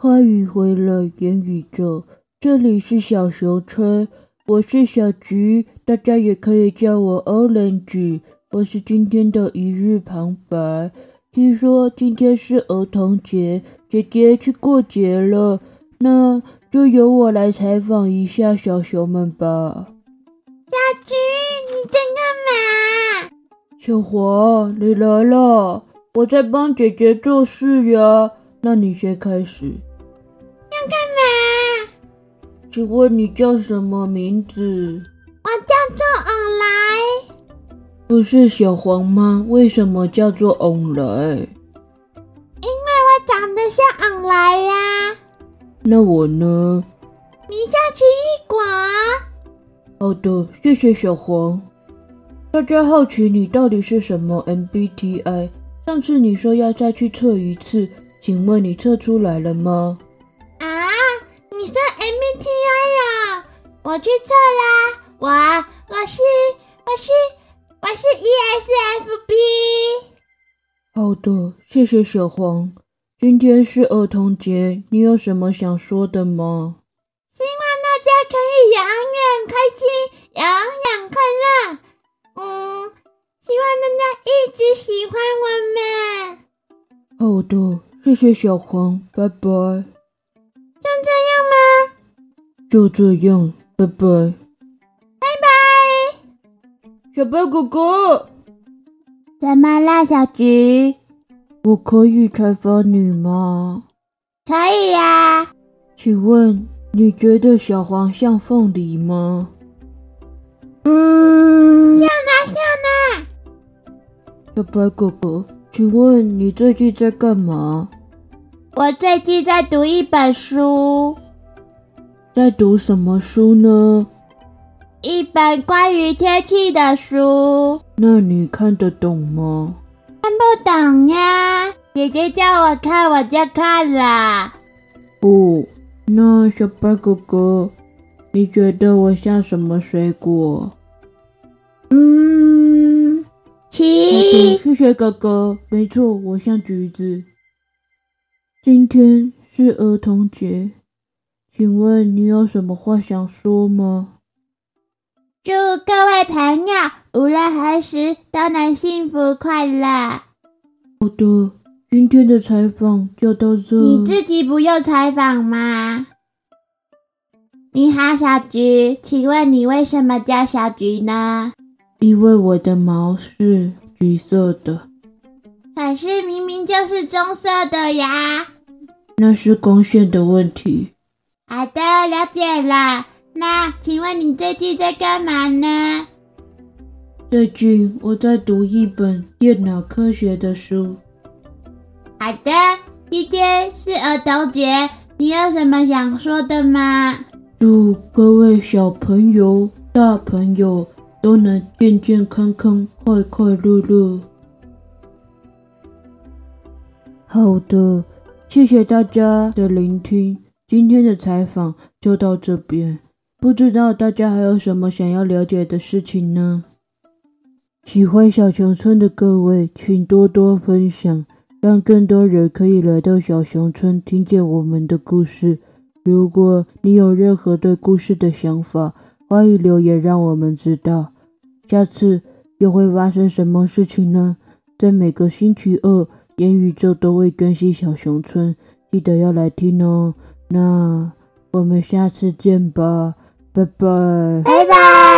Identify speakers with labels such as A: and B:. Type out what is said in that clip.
A: 欢迎回来，元宇宙，这里是小熊村，我是小菊，大家也可以叫我 Orange，我是今天的一日旁白。听说今天是儿童节，姐姐去过节了，那就由我来采访一下小熊们吧。
B: 小菊，你在干嘛？
A: 小黄，你来了，我在帮姐姐做事呀。那你先开始。
B: 要干嘛？
A: 请问你叫什么名字？
B: 我叫做昂来。
A: 不是小黄吗？为什么叫做昂来？
B: 因为我长得像昂来呀、
A: 那我呢？
B: 你像奇异果。
A: 好的，谢谢小黄。大家好奇你到底是什么 MBTI？上次你说要再去测一次，请问你测出来了吗？
B: 啊，你说 MBTI 呀、我去测啦，我我是我是我是 E ESFP。
A: 好的，谢谢小黄。今天是儿童节，你有什么想说的吗？
B: 希望大家可以永远开心，永远快乐。嗯，希望大家一直喜欢我们。
A: 好的，谢谢小黄，拜拜。
B: 就这样吗？
A: 就这样，拜拜。
B: 拜拜。
A: 小白哥哥，
B: 怎么啦，小菊？
A: 我可以采访你吗？
B: 可以呀、
A: 请问你觉得小黄像凤梨吗？
B: 嗯，像啦像啦，
A: 小白哥哥，请问你最近在干嘛？
B: 我最近在读一本书，
A: 在读什么书呢？
B: 一本关于天气的书，
A: 那你看得懂吗？
B: 看不懂呀。姐姐叫我看，我就看了。
A: 哦，那小白哥哥，你觉得我像什么水果？
B: 嗯，
A: 好
B: 奇
A: 的，谢谢哥哥。没错，我像橘子。今天是儿童节，请问你有什么话想说吗？
B: 祝各位朋友无论何时都能幸福快乐。
A: 好的，今天的采访就到这。
B: 你自己不用采访吗？你好，小菊，请问你为什么叫小菊呢？
A: 因为我的毛是橘色的，
B: 可是明明就是棕色的呀。
A: 那是光线的问题。
B: 好的，了解了。那请问你最近在干嘛呢？
A: 最近我在读一本电脑科学的书。
B: 好的，今天是儿童节，你有什么想说的吗？
A: 祝各位小朋友、大朋友都能健健康康、快快乐乐。好的，谢谢大家的聆听，今天的采访就到这边。不知道大家还有什么想要了解的事情呢？喜欢小熊村的各位，请多多分享，让更多人可以来到小熊村，听见我们的故事。如果你有任何对故事的想法，欢迎留言让我们知道。下次又会发生什么事情呢？在每个星期二，言宇宙都会更新小熊村，记得要来听哦。那我们下次见吧，拜拜。
B: 拜拜。